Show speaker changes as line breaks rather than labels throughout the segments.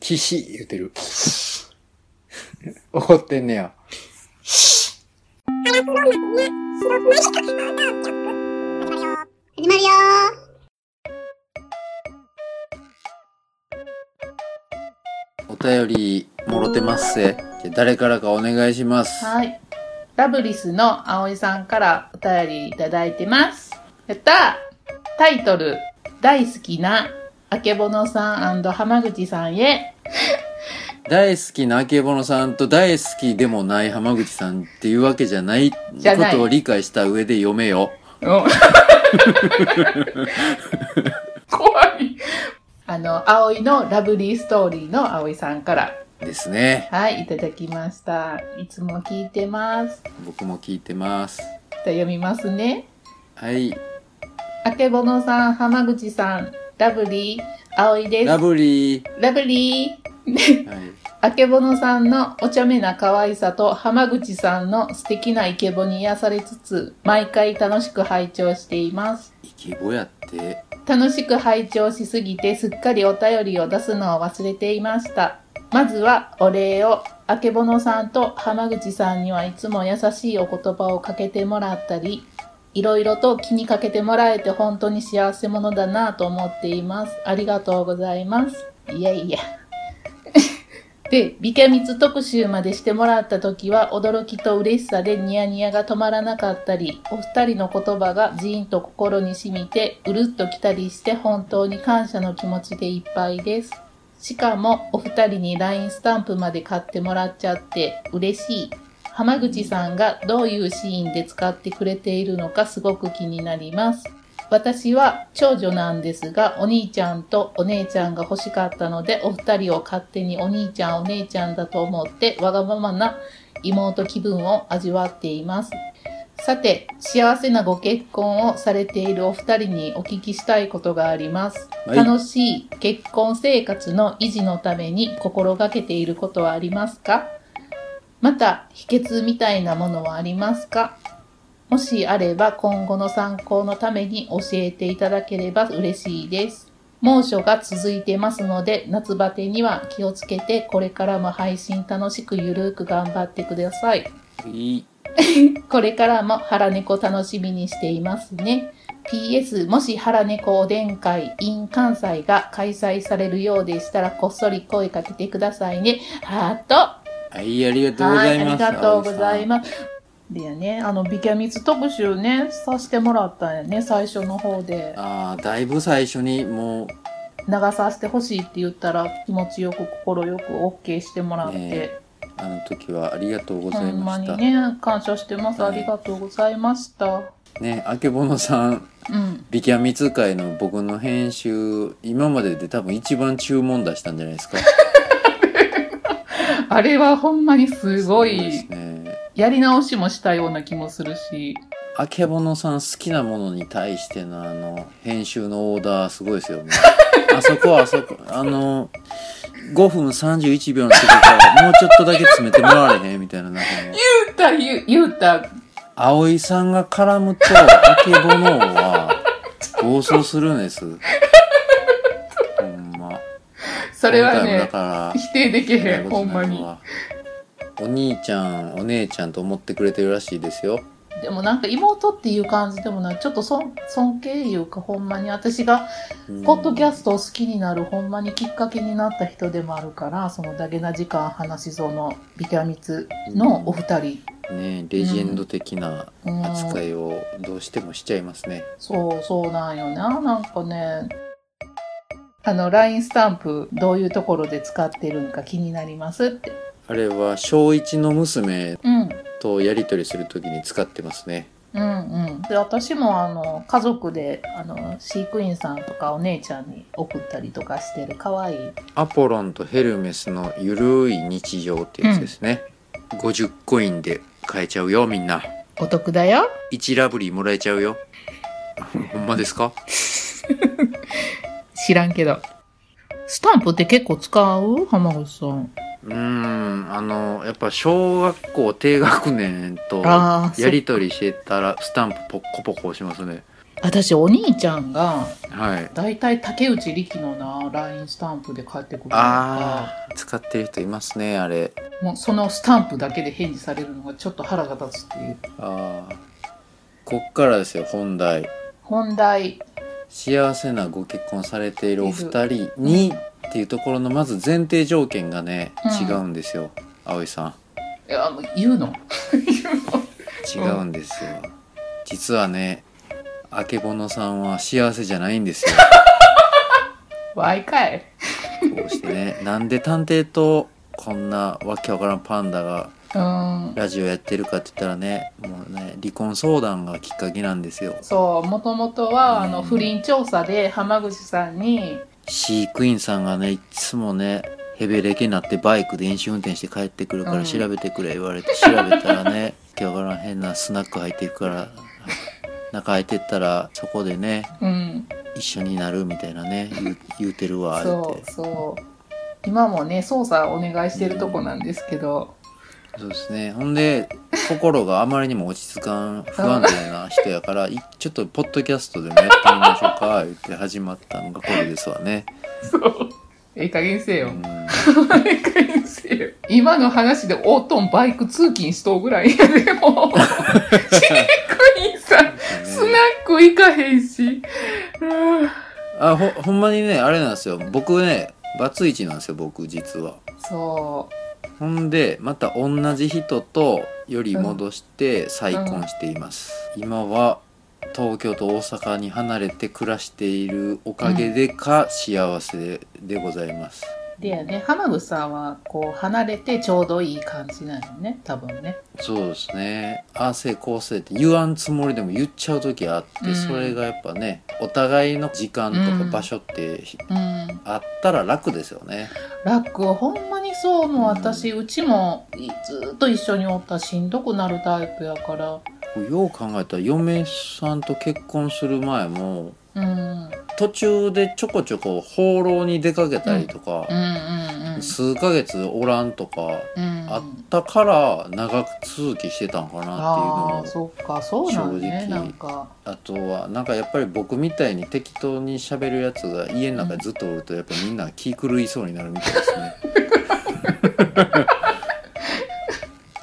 キシ言うてる。 怒ってんねや。
始まるよ
お便り、もろてますせ。じゃ誰からかお願いします。
はい。ラブリスの葵さんからお便りいただいてます。やったータイトル、大好きな、あけぼのさん浜口さんへ。
大好きなあけぼのさんと大好きでもない浜口さんっていうわけじゃないこ
じゃない
とを理解した上で読めよ。
怖い。あの、葵のラブリーストーリーの葵さんから、
ですね。
はい、いただきました。いつも聞いてます。じゃ
僕も聞いてます。
あ読みますね。
はい。
あけぼのさん、浜口さん、ラブリー、葵です。
ラブリー。
ラブリー。
はい。
あけぼのさんのお茶目な可愛さと浜口さんの素敵なイケボに癒されつつ、毎回楽しく拝聴しています。
イケボやって。
楽しく拝聴しすぎてすっかりお便りを出すのを忘れていました。まずはお礼を、あけぼのさんと浜口さんにはいつも優しいお言葉をかけてもらったり、いろいろと気にかけてもらえて本当に幸せ者だなと思っています。ありがとうございます。いやいや。で、美化密特集までしてもらった時は驚きと嬉しさでニヤニヤが止まらなかったり、お二人の言葉がジーンと心に染みて、うるっときたりして本当に感謝の気持ちでいっぱいです。しかも、お二人に LINE スタンプまで買ってもらっちゃって嬉しい。浜口さんがどういうシーンで使ってくれているのかすごく気になります。私は長女なんですが、お兄ちゃんとお姉ちゃんが欲しかったので、お二人を勝手にお兄ちゃんお姉ちゃんだと思って、わがままな妹気分を味わっています。さて、幸せなご結婚をされているお二人にお聞きしたいことがあります。
はい
楽しい結婚生活の維持のために心がけていることはありますかまた、秘訣みたいなものはありますかもしあれば今後の参考のために教えていただければ嬉しいです。猛暑が続いてますので、夏バテには気をつけて、これからも配信楽しくゆるーく頑張ってください。
いい。
これからも腹猫楽しみにしていますね。PS、もし腹猫おでん会 in 関西が開催されるようでしたら、こっそり声かけてくださいね。ハート
はい、ありがとうございます。
はい、ありがとうございます。でやね、あの、美キャミツ特集ね、させてもらったんやね、最初の方で。
ああ、だいぶ最初にも
流させてほしいって言ったら、気持ちよく、心よく OK してもらって。
ねえう、あの時はありがとうござ
ほ
い
ん
ま
ま
し
に
た。ね
ね、感謝してます。ありがとうございました。
あけぼのさん、
うん。
美キャミツ会の僕の編集、今までで多分一番注文出したんじゃないですか。
あれはほんまにすご
そうで
い
す、ね。
やり直しもしたような気もするし。
あけぼのさん好きなものに対してのあの、編集のオーダーすごいです よね。あそこはあそこ、あの、5分31秒のとこからもうちょっとだけ詰めてもらわれへんみたいな、なんかね。
言うた、言う、言うた。
葵さんが絡むと、あけぼのは暴走するんです。ほんま。
それは
今回もだ
ね、
から、
否定できへん、
こと
ほん
にな
ま
る
に。
わお兄ちゃん、お姉ちゃんと思ってくれてるらしいですよ。
でもなんか妹っていう感じでもないちょっと尊尊敬いうかほんまに私が
うん
ポッドキャストを好きになるほんまにきっかけになった人でもあるからそのダゲな時間話しそうのビタミツのお二人、
ねレジェンド的な
うん
扱いをどうしてもしちゃいますね。
そうそうなんよななんかねあの LINE スタンプどういうところで使ってるんか気になりますって
あれは、小一の娘
うん
とやりとりするときに使ってますね。
うんうん、で私もあの家族であの飼育員さんとかお姉ちゃんに送ったりとかしてる可愛い
アポロンとヘルメスのゆるい日常ってやつですね。50コインで買えちゃうよ、みんな。
お得だよ
1ラブリーもらえちゃうよ。 ほんまですか
知らんけど。スタンプって結構使う浜口さん。
うーん、あの、やっぱ小学校低学年と
あー
やりとりしてたらスタンプポッコポコしますね。
私お兄ちゃんが
はい
だいたい竹内力のな LINE スタンプで帰ってくるのが
あー使ってる人いますねあれ
もうそのスタンプだけで返事されるのがちょっと腹が立つっていう
あーこっからですよ本題
本題
幸せなご結婚されているお二人にっていうところのまず前提条件がね、
うん
違うんですよ葵さん
いやもう言うの
違
うん
うんですよ、実はねあけぼのさんは幸せじゃないん ですよ
わいかい、
こうしてねなんで探偵とこんなわけわからんパンダが
うん、
ラジオやってるかって言ったらねもうね離婚相談がきっかけなんですよ
そうもともとはあの不倫調査で浜口さんに
飼育員さんがねいつもねヘベレケになってバイクで飲酒運転して帰ってくるか
うん
ら調べてくれ言われて調べたらね 今日からん変なスナック入っていくから 中入ってったらそこでね
うん
一緒になるみたいなね言う言うてるわ言っ
そ
て
うそう今もね捜査お願いしてるとこなんですけど、
そうですねほんで心があまりにも落ち着かん不安定な人やからいちょっとポッドキャストでもやってみましょうか言って始まったのがこれですわね、
そうええ加減せえ
う
よ、
ん、
ええ加減せえよ今の話でオートンバイク通勤しとうぐらいやでも飼育員さんスナック行かへんしう ん
あほほんまにねあれなんですよ僕ねバツイチなんですよ僕実は
そ
ほんでまた同じ人とより戻して再婚しています、今は東京と大阪に離れて暮らしているおかげでか幸せでございます、
うでやね浜口さんはこう離れてちょうどいい感じなのね多分ね
そうですねああせいこうせいって言わんつもりでも言っちゃう時あって、
うん
それがやっぱねお互いの時間とか場所って
うん
あったら楽ですよね、
楽ほんまにそうもう私、うちもいずっと一緒におったらしんどくなるタイプやから
よう考えたら嫁さんと結婚する前も
うんうん
途中でちょこちょこ放浪に出かけたりとか
う、んうん
数ヶ月おらんとか
うん
あったから長く続きしてたんかなっていうの
あ
も
あそっかそうなん
正
ね
直
なんか
あとはなんかやっぱり僕みたいに適当に喋るやつが家の中でずっとおるとやっぱみんな気狂いそうになるみたいです ね。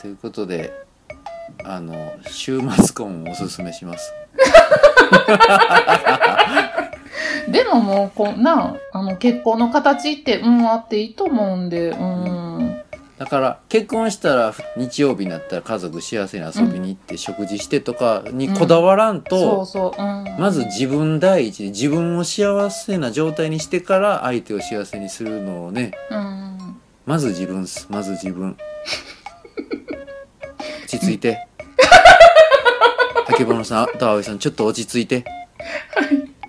ということであの週末婚をおすすめします。
でももうこんなあの結婚の形ってうんあっていいと思うんでうん
だから結婚したら日曜日になったら家族幸せに遊びに行って食事してとかにこだわらん
そう
と、
そううん
まず自分第一で自分を幸せな状態にしてから相手を幸せにするのをね
うん
まず自分っすまず自 分落ち着いて竹花さんと葵さんちょっと落ち着いて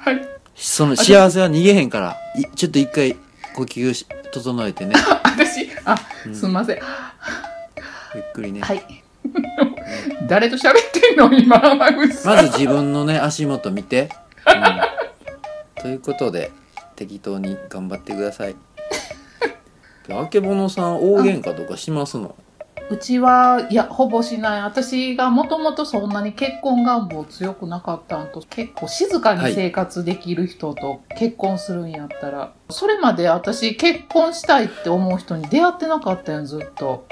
はい
その幸せは逃げへんからいちょっと一回呼吸をし整えて ね、
あ私あ
うん
すんません
ゆっくりね、
はい 誰と喋ってんの今浜口さん
まず自分のね足元見て、うん、ということで適当に頑張ってくださいであけぼのさん大喧嘩とかしますの
うちは、いや、ほぼしない。私がもともとそんなに結婚願望強くなかったんと、結構静かに生活できる人と結婚するんやったら、それまで私結婚したいって思う人に出会ってなかったんよずっと。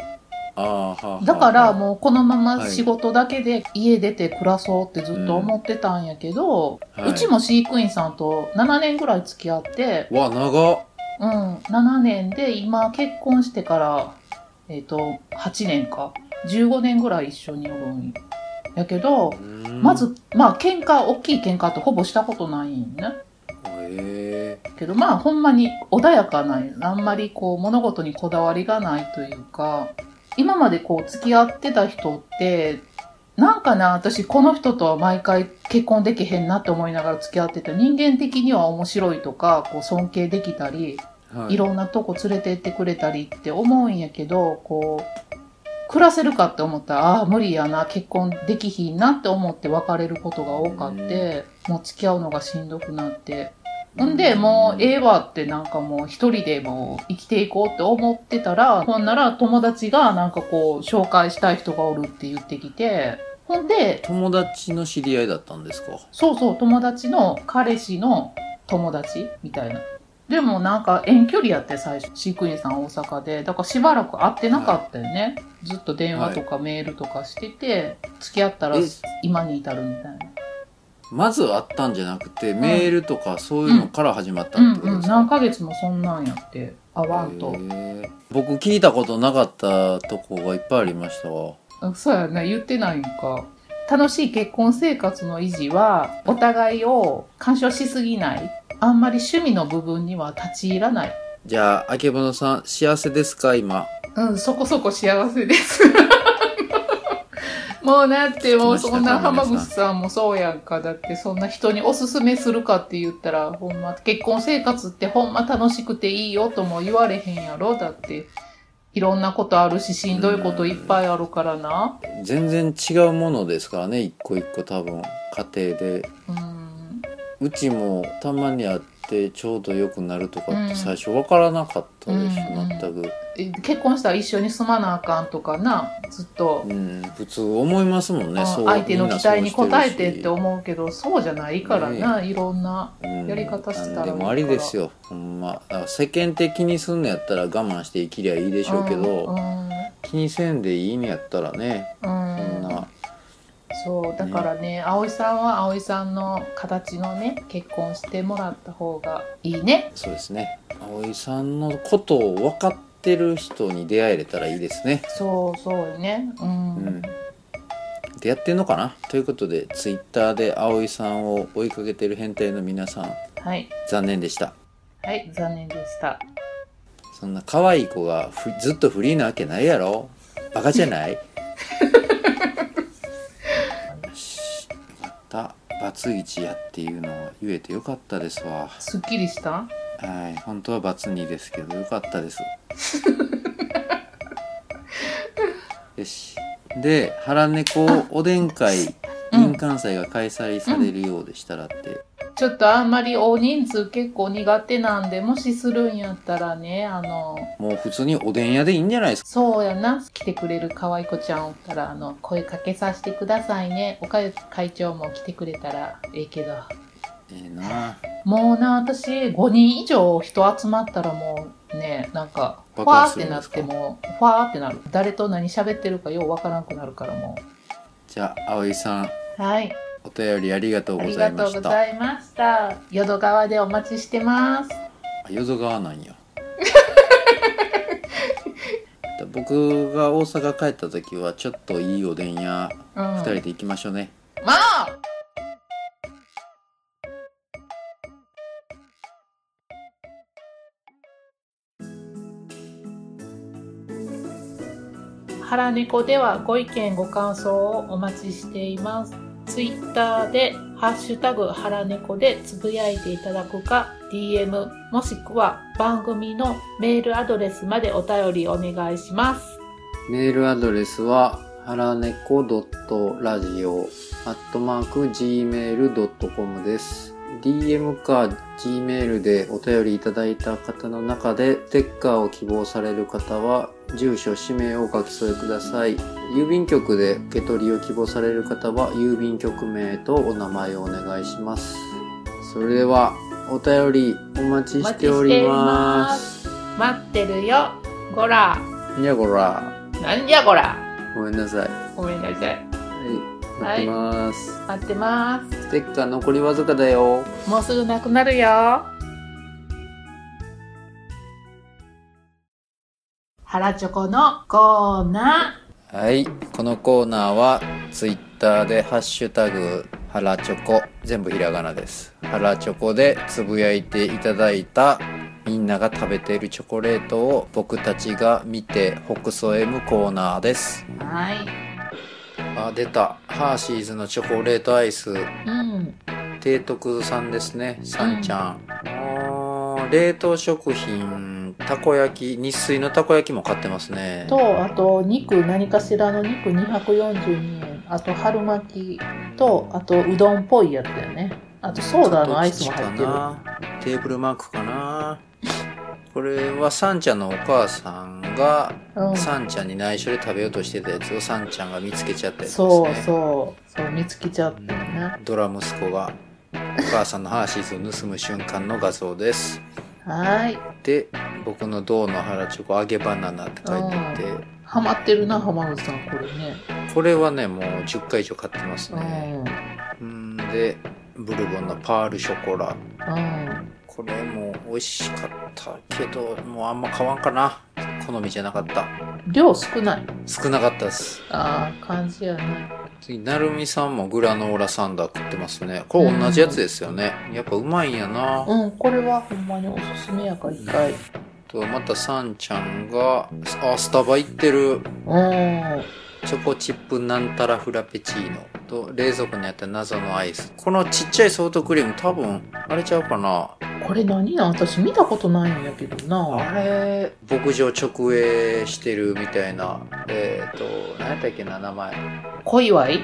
ああはあはあ
だからもうこのまま仕事だけで家出て暮らそうってずっと思ってたんやけど、
う
うん
はいう
ちも飼育員さんと7年ぐらい付き合って、
わ長っ
うん、7年で今結婚してから、えっと8年か15年ぐらい一緒におるんやけど、
うん
まずまあ喧嘩大きい喧嘩ってほぼしたことないんよね
へえ
けどまあほんまに穏やかなんよあんまりこう物事にこだわりがないというか今までこう付き合ってた人ってなんかな私この人とは毎回結婚できへんなって思いながら付き合ってた人間的には面白いとかこう尊敬できたり
はい
ろんなとこ連れてってくれたりって思うんやけど、こう、暮らせるかって思ったら、ああー、無理やな、結婚できひんなって思って別れることが多かって、もう付き合うのがしんどくなって。ほんで、もうええわってなんかもう一人でもう生きていこうって思ってたら、ほんなら友達がなんかこう、紹介したい人がおるって言ってきて、ほんで、
友達の知り合いだったんですか
そうそう、友達の彼氏の友達みたいな。でもなんか遠距離やって最初、飼育員さん大阪で。だからしばらく会ってなかったよね。ずっと電話とかメールとかしてて、付き合ったら
え
今に至るみたいな。
まずあったんじゃなくて、メールとかそういうのから始まった
うん
ってこと
うん、
です
何
か、
ヶ月もそんなんやって、会わんと。
へー僕聞いたことなかったとこがいっぱいありましたわ
あそうやね、言ってないんか。楽しい結婚生活の維持は、お互いを干渉しすぎない。あんまり趣味の部分には立ち入らない。
じゃああけぼのさん幸せですか今
うん、そこそこ幸せです。 もうだってもうそんな浜口さんもそうやんか。だってそんな人におすすめするかって言ったら、ほんま、結婚生活ってほんま楽しくていいよとも言われへんやろ。だって、いろんなことあるし、しんどいこといっぱいあるからな。
全然違うものですからね一個一個多分家庭で
うん。
うちもたまにあってちょうど良くなるとかっ
うん
て最初分からなかったでしょ、
うん
全く、
え結婚したら一緒に住まなあかんとかな。ずっと。
うん、普通思いますもんね
あ
そう
相手の
みんな
期
そう
待に応えてっ
し
て
るし
思うけどそうじゃないからな、いろんな
うん
やり方したらいいから
何でもありですよほんまだから世間的にすんのやったら我慢して生きりゃいいでしょうけど、
うんうん
気にせんでいいんやったらね
う
そん
ん
な、
そうだからね葵さんは葵さんの形のね結婚してもらった方がいいね
そうですね葵さんのことを分かってる人に出会えれたらいいですね
そうそうねうん、
うん出会ってんのかなということでツイッターで葵さんを追いかけてる変態の皆さん
はい
残念でした
はい残念でした
そんな可愛い子がふずっとフリーなわけないやろバカじゃないよしよかったバツイチやっていうのを言えてよかったですわ
すっきりした
はい本当はバツ2ですけどよかったです よしで腹猫おでん会
うん
林間祭が開催されるようでしたらって、
ちょっとあんまり大人数結構苦手なんでもしするんやったらねあの
もう普通におでん屋でいいんじゃないですか
そうやな来てくれる可愛い子ちゃんおったらあの声かけさせてくださいね岡か会長も来てくれたらええけど
ええなあ
もうな私5人以上人集まったらもうねなんかファ
爆
ーっ
発す
て
るんで
なっ
すか
てもファーってなる誰と何喋ってるかようわからなくなるからも
じゃあ葵さん
うはい
お便りありがとう
あ
ご
り
ざ
が
いま
とうご
した
ざいました淀川でお待ちしてます
淀川なんや 僕が大阪帰った時はちょっといいおでん屋
うん
2人で行きましょうね、
まあ腹猫ではご意見ご感想をお待ちしています。ツイッターでハッシュタグ腹猫でつぶやいていただくか DM もしくは番組のメールアドレスまでお便りお願いします。
メールアドレスは、はらねこ .radio、アットマーク、gmail.com です。DM か Gmail でお便りいただいた方の中で、ステッカーを希望される方は、住所、氏名をお書き添えください。郵便局で受け取りを希望される方は、郵便局名とお名前をお願いします。それでは、お便りお待ちしております。
待ってるよ。ごら。
にゃごら、
なんじゃこら。
ごめんなさい。
ごめんなさい。
はい、待ってます、
待ってま
ステッカー残りわずかだよ。
す。もうすぐなくなるよ。ハラチョコのコーナ
はい、このコーナーはツイッターでハッシュタグハラチョコ全部ひらがなです。ハラチョコでつぶやいていただいたみんなが食べているチョコレートを僕たちが見て北総 M コーナーです。
ー。はい。
あ、出た。ハーシーズのチョコレートアイス。
うん。
提督さんですね、さんちゃん。あー冷凍食品、たこ焼き、日水のたこ焼きも買ってますね。
と、あと、肉、何かしらの肉242円。あと、春巻きと、あと、うどんっぽいやつだよね。あと、ソーダのアイスも入ってる。
ちょっと土かなテーブルマークかなここれはサンちゃんのお母さんが、
うん、
サンちゃんに内緒で食べようとしてたやつをサンちゃんが見つけちゃったやつですね。
そうそうそう見つけちゃったよね
ドラ息子がお母さんのハーシーズを盗む瞬間の画像です。
はーい
で、僕の銅の腹チョコ揚げバナナって書いてあって、
ハマってるな浜口さんこれね
これはね、もう10回以上買ってます
うん
ね。うん、で、ブルボンのパールショコラ。
うん
これも美味しかったけど、もうあんま買わんかな。好みじゃなかった。
量少ない
少なかったです。
ああ感じやね
次、なるみさんもグラノーラサンダー食ってますね。これ同じやつですよね。やっぱうまいんやな。
うんこれはほんまにおすすめやから一回
と、またサンちゃんが、あ、スタバ行ってる。
うん
チョコチップなんたらフラペチーノと冷蔵庫にあった謎のアイス。このちっちゃいソフトクリーム多分、あれちゃうかな。
これ何なん私見たことないんやけどな
あれ、牧場直営してるみたいな。えっ、と、何やったっけな、名前。
小祝い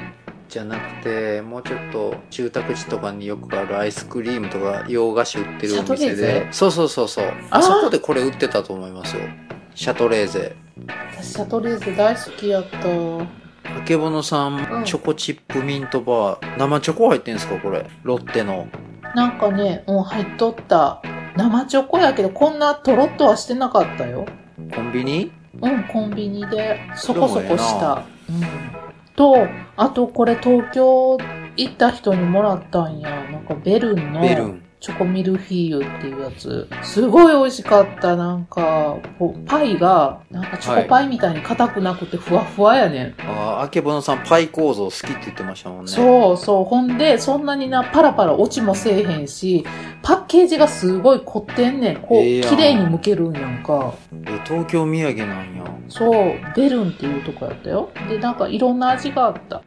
じゃなくて、もうちょっと住宅地とかによくあるアイスクリームとか洋菓子売ってるお
シ
店
ャトレー
で。そうそうそうそう。
あー
あそこでこれ売ってたと思いますよ。シャトレーゼ。
私シャトレーゼ大好きやった
あけぼのさん、
うん
チョコチップミントバー。生チョコ入ってんすかこれ。ロッテの。
なんかねうん入っとった生チョコやけどこんなとろっとはしてなかったよ
コンビニ
うん、コンビニでそこそこした。うん、と、あとこれ東京行った人にもらったんや。なんかベルン
ベル
の
ン。
チョコミルフィーユっていうやつ。すごい美味しかった。なんか、こうパイが、なんかチョコパイみたいに硬くなくてふわふわやねん。
あーあけぼのさん、パイ構造好きって言ってましたもんね。
そうそう。ほんで、そんなにな、パラパラ落ちもせえへんし、パッケージがすごい凝ってんねん。こう、
ええやん
綺麗に剥けるんやんか。
え東京土産なんや。
そう、ベルンっていうとこやったよ。で、なんかいろんな味があった。